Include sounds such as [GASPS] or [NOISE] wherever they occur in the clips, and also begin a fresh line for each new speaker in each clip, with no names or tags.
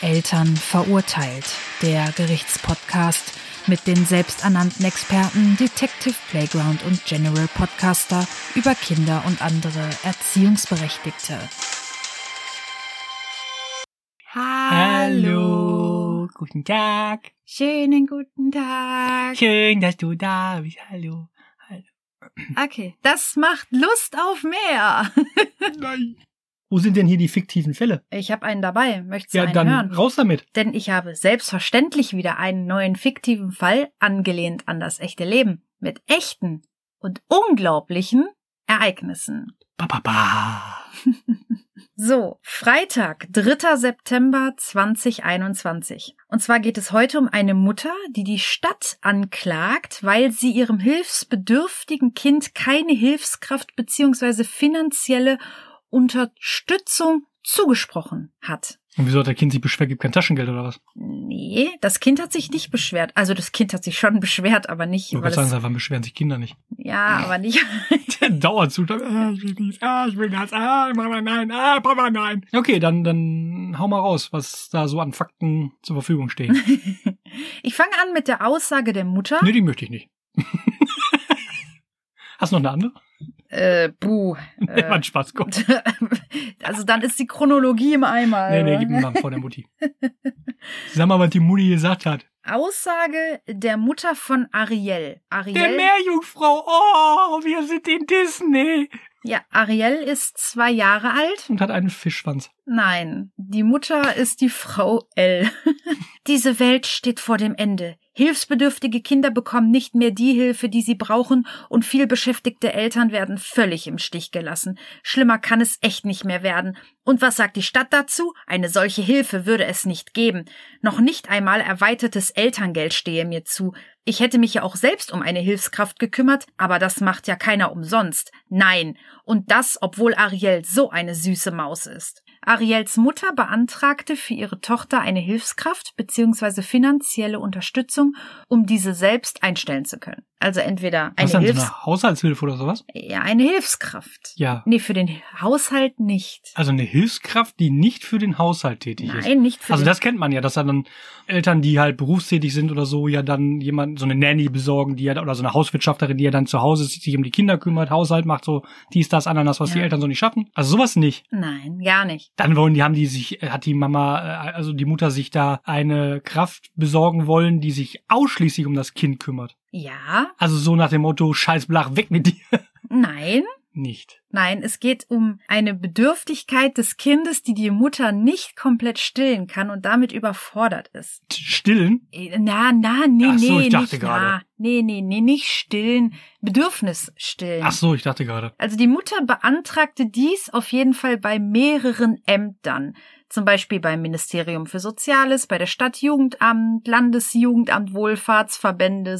Eltern verurteilt. Der Gerichtspodcast mit den selbsternannten Experten Detective Playground und General Podcaster über Kinder und andere Erziehungsberechtigte.
Hallo, guten Tag.
Schönen guten Tag.
Schön, dass du da bist. Hallo.
Okay, das macht Lust auf mehr. [LAUGHS]
Nein. Wo sind denn hier die fiktiven Fälle?
Ich habe einen dabei. Möchtest du
Ja,
einen
dann
hören?
raus damit.
Denn ich habe selbstverständlich wieder einen neuen fiktiven Fall angelehnt an das echte Leben mit echten und unglaublichen Ereignissen.
Ba, ba, ba.
So, Freitag, 3. September 2021. Und zwar geht es heute um eine Mutter, die die Stadt anklagt, weil sie ihrem hilfsbedürftigen Kind keine Hilfskraft bzw. finanzielle Unterstützung zugesprochen hat.
Und wieso hat der Kind sich beschwert, gibt kein Taschengeld oder was?
Nee, das Kind hat sich nicht beschwert. Also das Kind hat sich schon [LAUGHS] beschwert, aber nicht.
Ich
Weil
wollte sagen,
das,
warum beschweren sich Kinder nicht? [LAUGHS]
ja, aber nicht.
Der Dauerzustand. Ah, ich will dies, ah, ich will das, ah, Mama, nein, ah, Papa, nein. Okay, dann, dann hau mal raus, was da so an Fakten zur Verfügung [LAUGHS] stehen.
Ich fange an mit der Aussage der Mutter.
nee, die möchte ich nicht. [LAUGHS] Hast du noch eine andere?
Äh,
[LAUGHS]
buh.
Äh.
Äh,
Hat Spaß, komm.
[LAUGHS] also dann ist die Chronologie im Eimer.
Nee, nee,
oder?
gib mir mal vor der Mutti. Sag mal, was die Mutti gesagt hat.
Aussage der Mutter von Ariel.
Der
Ariel.
Meerjungfrau, oh, wir sind in Disney.
Ja, Ariel ist zwei Jahre alt.
Und hat einen Fischschwanz.
Nein, die Mutter ist die Frau L. [LAUGHS] Diese Welt steht vor dem Ende. Hilfsbedürftige Kinder bekommen nicht mehr die Hilfe, die sie brauchen, und vielbeschäftigte Eltern werden völlig im Stich gelassen. Schlimmer kann es echt nicht mehr werden. Und was sagt die Stadt dazu? Eine solche Hilfe würde es nicht geben. Noch nicht einmal erweitertes Elterngeld stehe mir zu. Ich hätte mich ja auch selbst um eine Hilfskraft gekümmert, aber das macht ja keiner umsonst. Nein. Und das, obwohl Ariel so eine süße Maus ist. Ariels Mutter beantragte für ihre Tochter eine Hilfskraft bzw. finanzielle Unterstützung, um diese selbst einstellen zu können. Also entweder
Was
eine,
ist denn so
Hilfs
eine Haushaltshilfe oder sowas?
ja, eine Hilfskraft.
Ja.
Nee, für den Haushalt nicht.
Also eine Hilfskraft, die nicht für den Haushalt tätig ist.
Nein, nicht für
Also
den
das kennt man ja, dass dann Eltern, die halt berufstätig sind oder so, ja dann jemanden, so eine Nanny besorgen, die ja, oder so eine Hauswirtschafterin, die ja dann zu Hause ist, sich um die Kinder kümmert, Haushalt macht, so dies, das, anderes, was
Ja.
die Eltern so nicht schaffen. Also sowas nicht.
Nein, gar nicht.
Dann wollen die, haben die sich, äh, hat die Mama, äh, also die Mutter sich da eine Kraft besorgen wollen, die sich ausschließlich um das Kind kümmert.
Ja,
Also so nach dem Motto, scheiß Blach, weg mit dir.
nein.
Nicht.
Nein, es geht um eine Bedürftigkeit des Kindes, die die Mutter nicht komplett stillen kann und damit überfordert ist.
T- Stillen?
Äh, Na, na, nee,
Ach so,
nee,
ich dachte
nicht, na,
gerade.
nee, nee, nee, nicht stillen, Bedürfnis stillen.
Ach so, ich dachte gerade.
Also die Mutter beantragte dies auf jeden Fall bei mehreren Ämtern. Zum Beispiel beim Ministerium für Soziales, bei der Stadtjugendamt, Landesjugendamt, Wohlfahrtsverbände,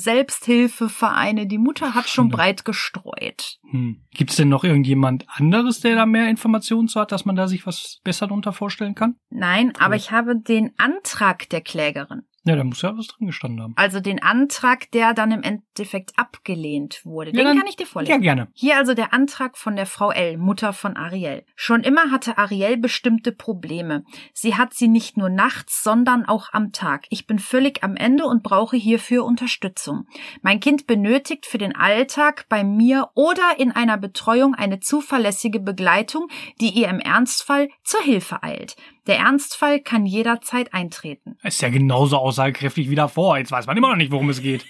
Selbsthilfevereine. Die Mutter hat schon
Schande.
breit gestreut.
Hm. Gibt es denn noch irgendjemand anderes, der da mehr Informationen zu hat, dass man da sich was besser drunter vorstellen kann?
Nein, aber
Cool.
ich habe den Antrag der Klägerin.
Ja, da muss ja was drin gestanden haben.
Also den Antrag, der dann im Endeffekt abgelehnt wurde. Den
Ja, dann-
kann ich dir vorlesen.
Ja, gerne.
Hier also der Antrag von der Frau L, Mutter von Ariel. Schon immer hatte Ariel bestimmte Probleme. Sie hat sie nicht nur nachts, sondern auch am Tag. Ich bin völlig am Ende und brauche hierfür Unterstützung. Mein Kind benötigt für den Alltag bei mir oder in einer Betreuung eine zuverlässige Begleitung, die ihr im Ernstfall zur Hilfe eilt. Der Ernstfall kann jederzeit eintreten.
Ist ja genauso aussagekräftig wie davor. Jetzt weiß man immer noch nicht, worum es
[LAUGHS]
geht.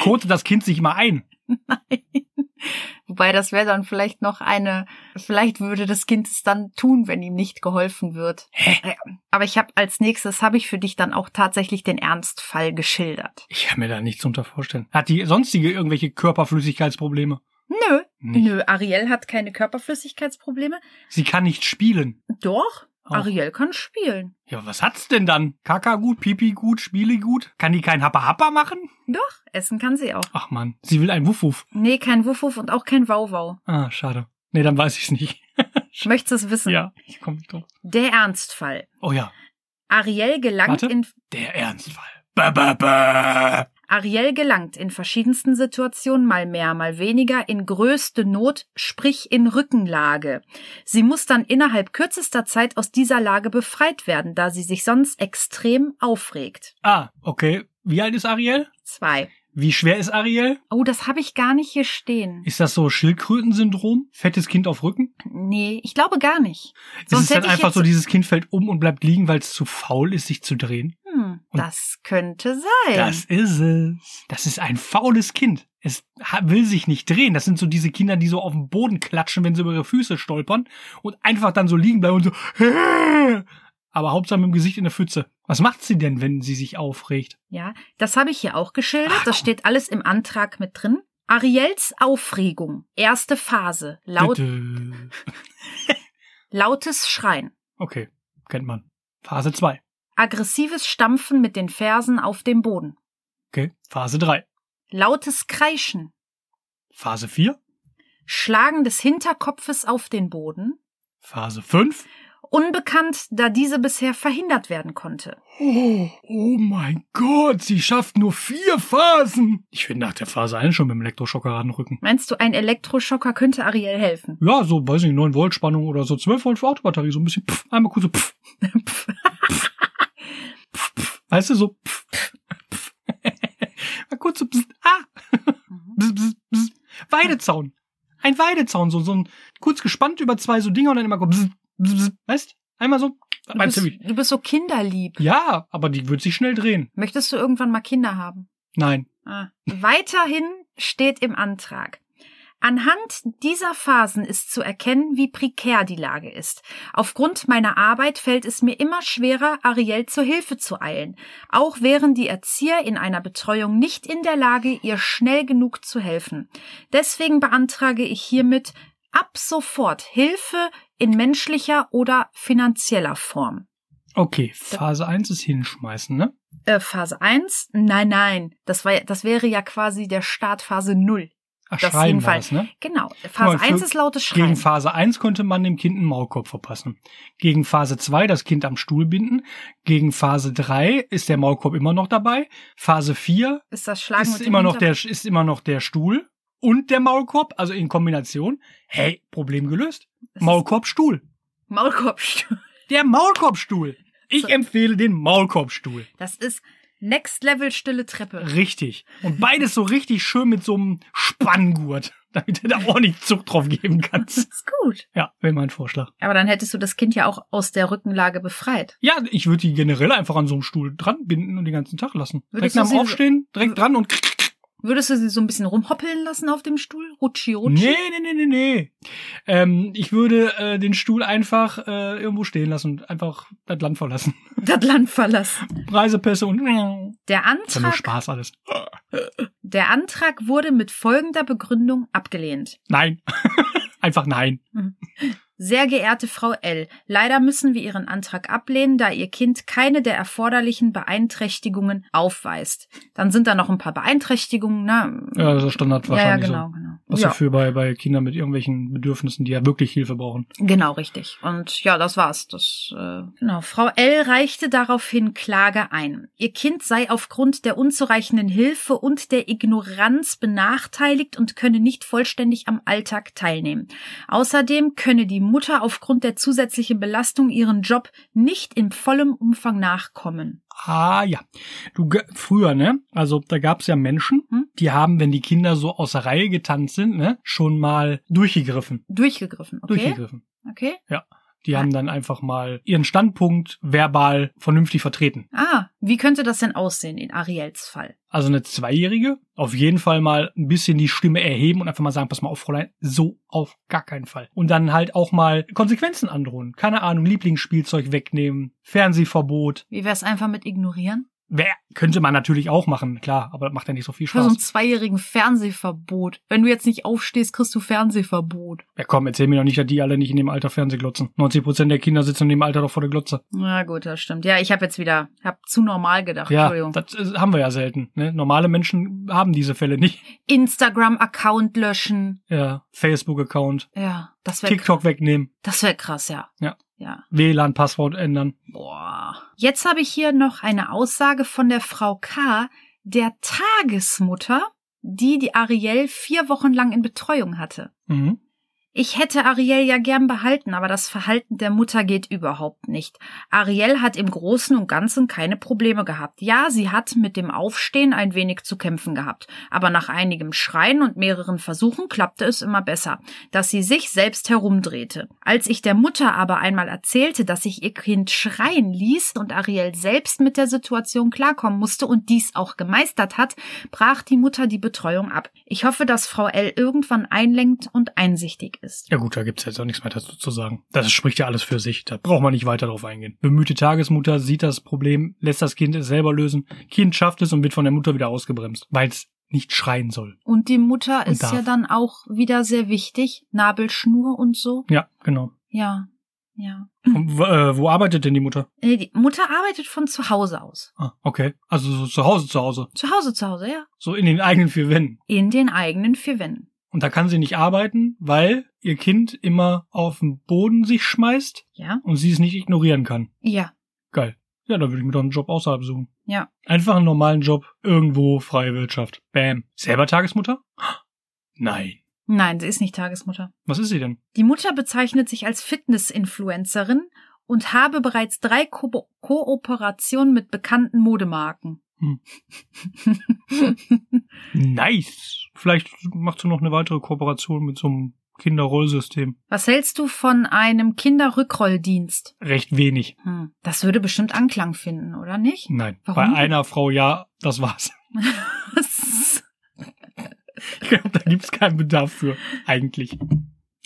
Kote das Kind sich mal ein.
Wobei das wäre dann vielleicht noch eine, vielleicht würde das Kind es dann tun, wenn ihm nicht geholfen wird.
Hä?
Aber ich habe als nächstes habe ich für dich dann auch tatsächlich den Ernstfall geschildert.
Ich kann mir da nichts unter vorstellen. Hat die sonstige irgendwelche Körperflüssigkeitsprobleme?
Nö,
Nicht.
nö, Ariel hat keine Körperflüssigkeitsprobleme.
Sie kann nicht spielen.
Doch,
Auch.
Ariel kann spielen.
Ja, was hat's denn dann? Kaka gut, Pipi gut, Spiele gut? Kann die kein Happa-Happa machen?
Doch, essen kann sie auch.
Ach man, sie will ein Wuff-Wuff.
Nee, kein Wuff-Wuff und auch kein Wauwau.
Ah, schade. Nee, dann weiß
[LAUGHS]
ich's nicht.
Möchtest du es wissen?
ja, [LAUGHS] ich komme nicht drauf.
Der Ernstfall.
Oh ja,
Ariel gelangt
Warte.
in...
der Ernstfall. Ba, ba, ba.
Ariel gelangt in verschiedensten Situationen mal mehr, mal weniger in größte Not, sprich in Rückenlage. Sie muss dann innerhalb kürzester Zeit aus dieser Lage befreit werden, da sie sich sonst extrem aufregt.
Ah, okay. Wie alt ist Ariel?
Zwei.
Wie schwer ist Ariel?
Oh, das habe ich gar nicht hier stehen.
Ist das so Schildkrötensyndrom? Fettes Kind auf Rücken?
Nee, ich glaube gar nicht.
ist es dann
ich
einfach
jetzt-
so, dieses Kind fällt um und bleibt liegen, weil es zu faul ist, sich zu drehen?
Hm, das könnte sein.
Das ist es. Das ist ein faules Kind. Es ha- will sich nicht drehen. Das sind so diese Kinder, die so auf den Boden klatschen, wenn sie über ihre Füße stolpern und einfach dann so liegen bleiben und so. [LAUGHS] Aber Hauptsache mit dem Gesicht in der Pfütze. Was macht sie denn, wenn sie sich aufregt?
Ja, das habe ich hier auch geschildert.
Ach,
das
komm.
steht alles im Antrag mit drin. Ariels Aufregung. Erste Phase. Laut,
Dö, dö.
lautes Schreien.
Okay, kennt man. Phase 2.
Aggressives Stampfen mit den Fersen auf dem Boden.
Okay, Phase 3.
Lautes Kreischen.
Phase 4.
Schlagen des Hinterkopfes auf den Boden.
Phase 5.
Unbekannt, da diese bisher verhindert werden konnte.
Oh, oh mein Gott, sie schafft nur vier Phasen. Ich bin nach der Phase 1 schon mit dem Elektroschocker an den Rücken.
Meinst du, ein Elektroschocker könnte Ariel helfen?
Ja, so, weiß nicht, 9 Volt Spannung oder so 12 Volt für Autobatterie, so ein bisschen, pff, einmal kurz so, pff, pff, pff, pff, pff, weißt du, so, pff, pff, [LAUGHS] pff. mal kurz so, pss, ah,
Mhm.
pss, pss, pss. Weidezaun, ein Weidezaun, so, so ein, kurz gespannt über zwei so Dinger und dann immer, pss, pss, pss, weißt, einmal so,
Du
Beim
bist,
Zivi.
du bist so kinderlieb.
ja, aber die wird sich schnell drehen.
Möchtest du irgendwann mal Kinder haben?
Nein,
Ah. Weiterhin steht im Antrag. Anhand dieser Phasen ist zu erkennen, wie prekär die Lage ist. Aufgrund meiner Arbeit fällt es mir immer schwerer, Ariel zur Hilfe zu eilen. Auch wären die Erzieher in einer Betreuung nicht in der Lage, ihr schnell genug zu helfen. Deswegen beantrage ich hiermit ab sofort Hilfe in menschlicher oder finanzieller Form.
okay, Phase 1 ist hinschmeißen, ne?
Äh, Phase 1? Nein, nein. Das, war, ja- das wäre ja quasi der Start Phase 0.
Ach,
Das
schreien war
jedenfalls.
das, ne?
Genau.
mal,
Phase
für-
1 ist lautes
Gegen
Schreien.
Phase 1 konnte man dem Kind einen Maulkorb verpassen. Gegen Phase 2 das Kind am Stuhl binden. Gegen Phase 3 ist der Maulkorb immer noch dabei. Phase 4
Ist das Schlagen
ist
mit dem
immer, noch der,
Hinter-
ist immer noch der Stuhl und der Maulkorb, also in Kombination. Hey, Problem gelöst.
Das ist-
Maulkorbstuhl.
Maulkorb.
Der Maulkorbstuhl. Ich
So.
empfehle den Maulkorbstuhl.
[LAUGHS] Das ist Next Level stille Treppe.
Richtig. Und beides so richtig schön mit so einem Spanngurt, [LAUGHS] damit du da ordentlich Zug drauf geben
Das
kannst.
ist gut.
Ja, wäre mein Vorschlag.
Aber dann hättest du das Kind ja auch aus der Rückenlage befreit.
Ja, ich würde die generell einfach an so einem Stuhl dran binden und den ganzen Tag lassen.
Würdest
direkt nach
du
dem
sie-
Aufstehen, direkt dran und krick, krick.
Würdest du sie so ein bisschen rumhoppeln lassen auf dem Stuhl? Rutschi, rutschi.
Nee, nee, nee, nee, nee. Ähm, ich würde äh, den Stuhl einfach äh, irgendwo stehen lassen und einfach das Land verlassen. [LAUGHS]
Das Land verlassen.
Reisepässe und [LAUGHS] ist
Der
ja nur
Antrag,
Spaß alles.
der Antrag wurde mit folgender Begründung abgelehnt.
Nein. [LAUGHS] einfach nein.
Sehr geehrte Frau L., leider müssen wir Ihren Antrag ablehnen, da Ihr Kind keine der erforderlichen Beeinträchtigungen aufweist. Dann sind da noch ein paar Beeinträchtigungen, ne?
Ja, das ist Standard
ja, ja,
wahrscheinlich
genau,
so.
genau.
Was
ja,
dafür bei, bei Kindern mit irgendwelchen Bedürfnissen, die ja wirklich Hilfe brauchen.
genau, richtig. Und ja, das war's. Das, äh, genau. Frau L. reichte daraufhin Klage ein. Ihr Kind sei aufgrund der unzureichenden Hilfe und der Ignoranz benachteiligt und könne nicht vollständig am Alltag teilnehmen. Außerdem könne die Mutter aufgrund der zusätzlichen Belastung ihren Job nicht in vollem Umfang nachkommen.
Ah ja. Du ge- früher, ne? Also da gab's ja Menschen,
Hm?
die haben, wenn die Kinder so aus der Reihe getanzt sind, ne, schon mal durchgegriffen.
Durchgegriffen, okay? Ah.
Durchgegriffen.
Okay.
Die haben dann einfach mal ihren Standpunkt verbal vernünftig vertreten.
Ah, wie könnte das denn aussehen in Ariels Fall?
Also eine Zweijährige auf jeden Fall mal ein bisschen die Stimme erheben und einfach mal sagen, pass mal auf, Fräulein, so auf gar keinen Fall. Und dann halt auch mal Konsequenzen androhen. Keine Ahnung, Lieblingsspielzeug wegnehmen, Fernsehverbot.
Wie wär's einfach mit ignorieren?
Wer könnte man natürlich auch machen, klar, aber das macht ja nicht so viel
Für so einen
Spaß.
zweijährigen Fernsehverbot. Wenn du jetzt nicht aufstehst, kriegst du Fernsehverbot.
Ja komm, erzähl mir doch nicht, dass die alle nicht in dem Alter Fernseh glotzen. 90% der Kinder sitzen in dem Alter doch vor der Glotze.
Na gut, das stimmt. Ja, ich habe jetzt wieder, hab zu normal gedacht.
Ja,
Entschuldigung.
das äh, haben wir ja selten. Ne? Normale Menschen haben diese Fälle nicht. [LAUGHS]
Instagram-Account löschen.
Ja, Facebook-Account,
Ja, das wäre
TikTok wegnehmen.
das wär krass, ja.
Ja.
Ja.
WLAN-Passwort ändern.
Boah. Jetzt habe ich hier noch eine Aussage von der Frau K., der Tagesmutter, die die Ariel vier Wochen lang in Betreuung hatte.
Mhm.
Ich hätte Ariel ja gern behalten, aber das Verhalten der Mutter geht überhaupt nicht. Ariel hat im Großen und Ganzen keine Probleme gehabt. Ja, sie hat mit dem Aufstehen ein wenig zu kämpfen gehabt, aber nach einigem Schreien und mehreren Versuchen klappte es immer besser, dass sie sich selbst herumdrehte. Als ich der Mutter aber einmal erzählte, dass ich ihr Kind schreien ließ und Ariel selbst mit der Situation klarkommen musste und dies auch gemeistert hat, brach die Mutter die Betreuung ab. Ich hoffe, dass Frau L irgendwann einlenkt und einsichtig ist.
Ja gut, da gibt's jetzt auch nichts mehr dazu zu sagen. Das spricht ja alles für sich. Da braucht man nicht weiter drauf eingehen. Bemühte Tagesmutter sieht das Problem, lässt das Kind es selber lösen. Kind schafft es und wird von der Mutter wieder ausgebremst, weil es nicht schreien soll.
Und die Mutter
Und
ist
darf.
ja dann auch wieder sehr wichtig. Nabelschnur und so.
Ja, genau.
Ja, ja.
Und, w- äh, wo arbeitet denn die Mutter?
Äh, Die Mutter arbeitet von zu Hause aus.
Ah, okay. Also so zu Hause, zu Hause.
Zu Hause, zu Hause, ja.
So in den eigenen vier Wänden.
In den eigenen vier Wänden.
Und da kann sie nicht arbeiten, weil ihr Kind immer auf den Boden sich schmeißt
Ja,
und sie es nicht ignorieren kann.
ja.
Ja, da würde ich mir doch einen Job außerhalb suchen.
Ja.
Einfach einen normalen Job, irgendwo freie Wirtschaft. Bam. Selber Tagesmutter? [GASPS] Nein.
Nein, sie ist nicht Tagesmutter.
Was ist sie denn?
Die Mutter bezeichnet sich als Fitness-Influencerin und habe bereits drei Ko Kooperationen mit bekannten Modemarken.
Hm. Nice. Vielleicht macht sie noch eine weitere Kooperation mit so einem Kinderrollsystem.
Was hältst du von einem Kinderrückrolldienst?
Recht wenig.
Hm. Das würde bestimmt Anklang finden, oder nicht? [LAUGHS]
Nein.
Warum?
Bei einer Frau ja, das war's. Ich glaube, [LAUGHS] da gibt's keinen Bedarf für. Eigentlich.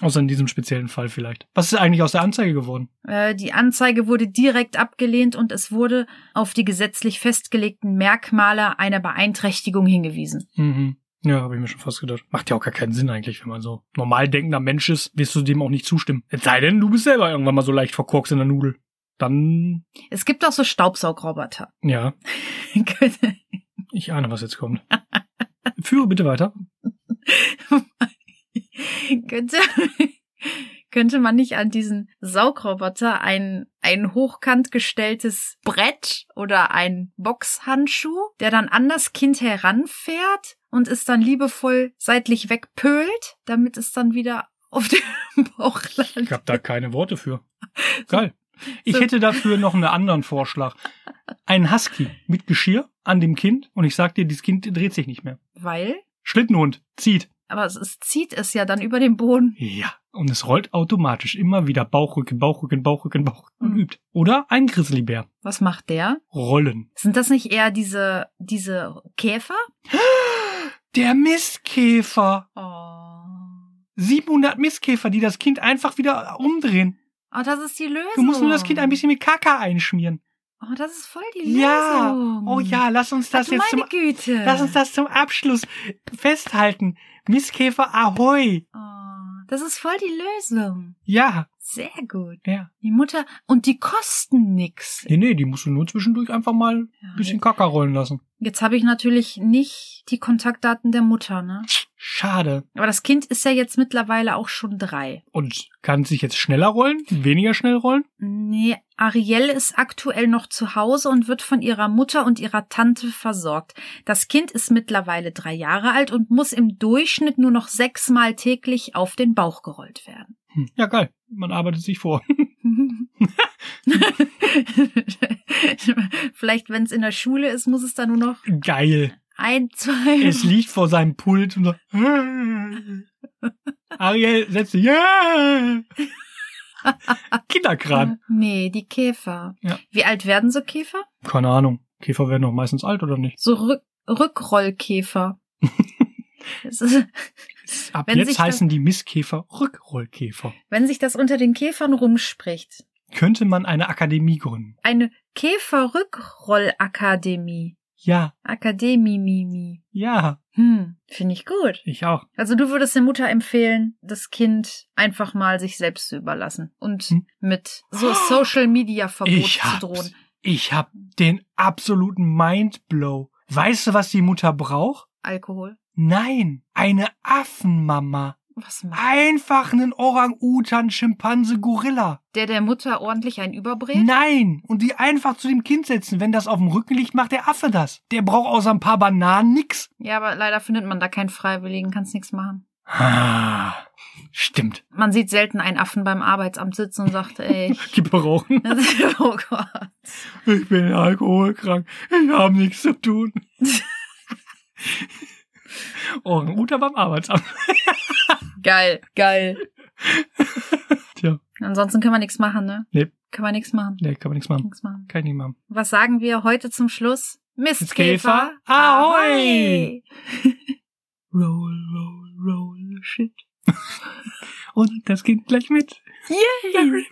Außer in diesem speziellen Fall vielleicht. Was ist eigentlich aus der Anzeige geworden?
Äh, Die Anzeige wurde direkt abgelehnt und es wurde auf die gesetzlich festgelegten Merkmale einer Beeinträchtigung hingewiesen.
Mhm. Ja, habe ich mir schon fast gedacht. Macht ja auch gar keinen Sinn eigentlich, wenn man so normal denkender Mensch ist, wirst du dem auch nicht zustimmen. Es sei denn, du bist selber irgendwann mal so leicht verkorkst in der Nudel. Dann,
Es gibt auch so Staubsaugroboter. [LAUGHS]
ja, ich ahne, was jetzt kommt. Führe bitte weiter.
[LAUGHS] könnte, könnte man nicht an diesen Saugroboter ein, ein hochkant gestelltes Brett oder ein Boxhandschuh, der dann an das Kind heranfährt und es dann liebevoll seitlich wegpölt, damit es dann wieder auf dem [LAUGHS] Bauch landet?
Ich habe da keine Worte für. Geil. Ich
So.
hätte dafür noch einen anderen Vorschlag. Ein Husky mit Geschirr an dem Kind und ich sag dir, dieses Kind dreht sich nicht mehr.
Weil?
Schlittenhund zieht.
Aber es, es zieht es ja dann über den Boden.
Ja. Und es rollt automatisch immer wieder Bauchrücken, Bauchrücken, Bauchrücken, Bauchrücken und
Mhm.
übt. Oder ein Grizzlybär.
Was macht der?
Rollen.
Sind das nicht eher diese, diese Käfer?
Der Mistkäfer.
Oh.
700 Mistkäfer, die das Kind einfach wieder umdrehen.
Oh, das ist die Lösung.
Du musst nur das Kind ein bisschen mit Kaka einschmieren.
Oh, das ist voll die Lösung.
Ja. Oh ja, lass uns das
Ach, Mhm. du
jetzt zum,
meine Güte.
lass uns das zum Abschluss festhalten. Mistkäfer, ahoi.
Oh, das ist voll die Lösung.
Ja,
Sehr gut.
ja.
Die Mutter. Und die kosten nix.
Nee, nee, die musst du nur zwischendurch einfach mal ein
Ja,
bisschen Kaka rollen lassen.
Jetzt habe ich natürlich nicht die Kontaktdaten der Mutter, ne?
Schade.
Aber das Kind ist ja jetzt mittlerweile auch schon drei.
Und kann sich jetzt schneller rollen? Weniger schnell rollen?
Nee, Ariel ist aktuell noch zu Hause und wird von ihrer Mutter und ihrer Tante versorgt. Das Kind ist mittlerweile drei Jahre alt und muss im Durchschnitt nur noch sechsmal täglich auf den Bauch gerollt werden.
Hm. Ja, geil. Man arbeitet sich vor.
[LAUGHS] Vielleicht, wenn es in der Schule ist, muss es da nur noch
Geil.
ein, zwei.
Es liegt vor seinem Pult
[LAUGHS]
und so. Ariel, setz dich. Ja! Kinderkran.
nee, die Käfer.
Ja.
Wie alt werden so Käfer?
Keine Ahnung. Käfer werden doch meistens alt oder nicht?
So Rück Rückrollkäfer.
[LAUGHS]
Es ist-
Ab
Wenn sich
jetzt
das-
heißen die Mistkäfer Rückrollkäfer.
wenn sich das unter den Käfern rumspricht,
Könnte man eine Akademie gründen?
eine Käferrückrollakademie.
Ja,
Akademie Mimi.
ja,
Hm, finde ich gut.
ich auch.
Also du würdest der Mutter empfehlen, das Kind einfach mal sich selbst zu überlassen und
Hm?
mit so Social Media Verbot
Ich
zu
hab's.
drohen.
Ich hab den absoluten Mindblow. Weißt du, was die Mutter braucht?
Alkohol.
Nein, eine Affenmama.
Was macht
Einfach einen Orang-Utan, Schimpanse, Gorilla.
der der Mutter ordentlich ein überbrät?
Nein! Und die einfach zu dem Kind setzen. Wenn das auf dem Rücken liegt, macht der Affe das. Der braucht außer ein paar Bananen nix.
Ja, aber leider findet man da keinen Freiwilligen, kannst nichts machen.
Ah, stimmt.
Man sieht selten einen Affen beim Arbeitsamt sitzen und sagt, ey,
[LAUGHS]
ich- [LAUGHS]
Gib mal rauchen.
oh Gott.
Ich bin alkoholkrank. Ich habe nichts zu tun. [LAUGHS] Orang-Utan beim Arbeitsamt.
Geil, geil.
Tja.
Ansonsten kann man nichts machen, ne?
Nee.
Kann man nichts machen.
Nee, kann man nichts machen.
Nichts machen.
Kann ich nicht machen.
Was sagen wir heute zum Schluss? Mistkäfer,
Mistkäfer, ahoi! Roll, roll, roll, shit. Und das geht gleich mit.
Yay!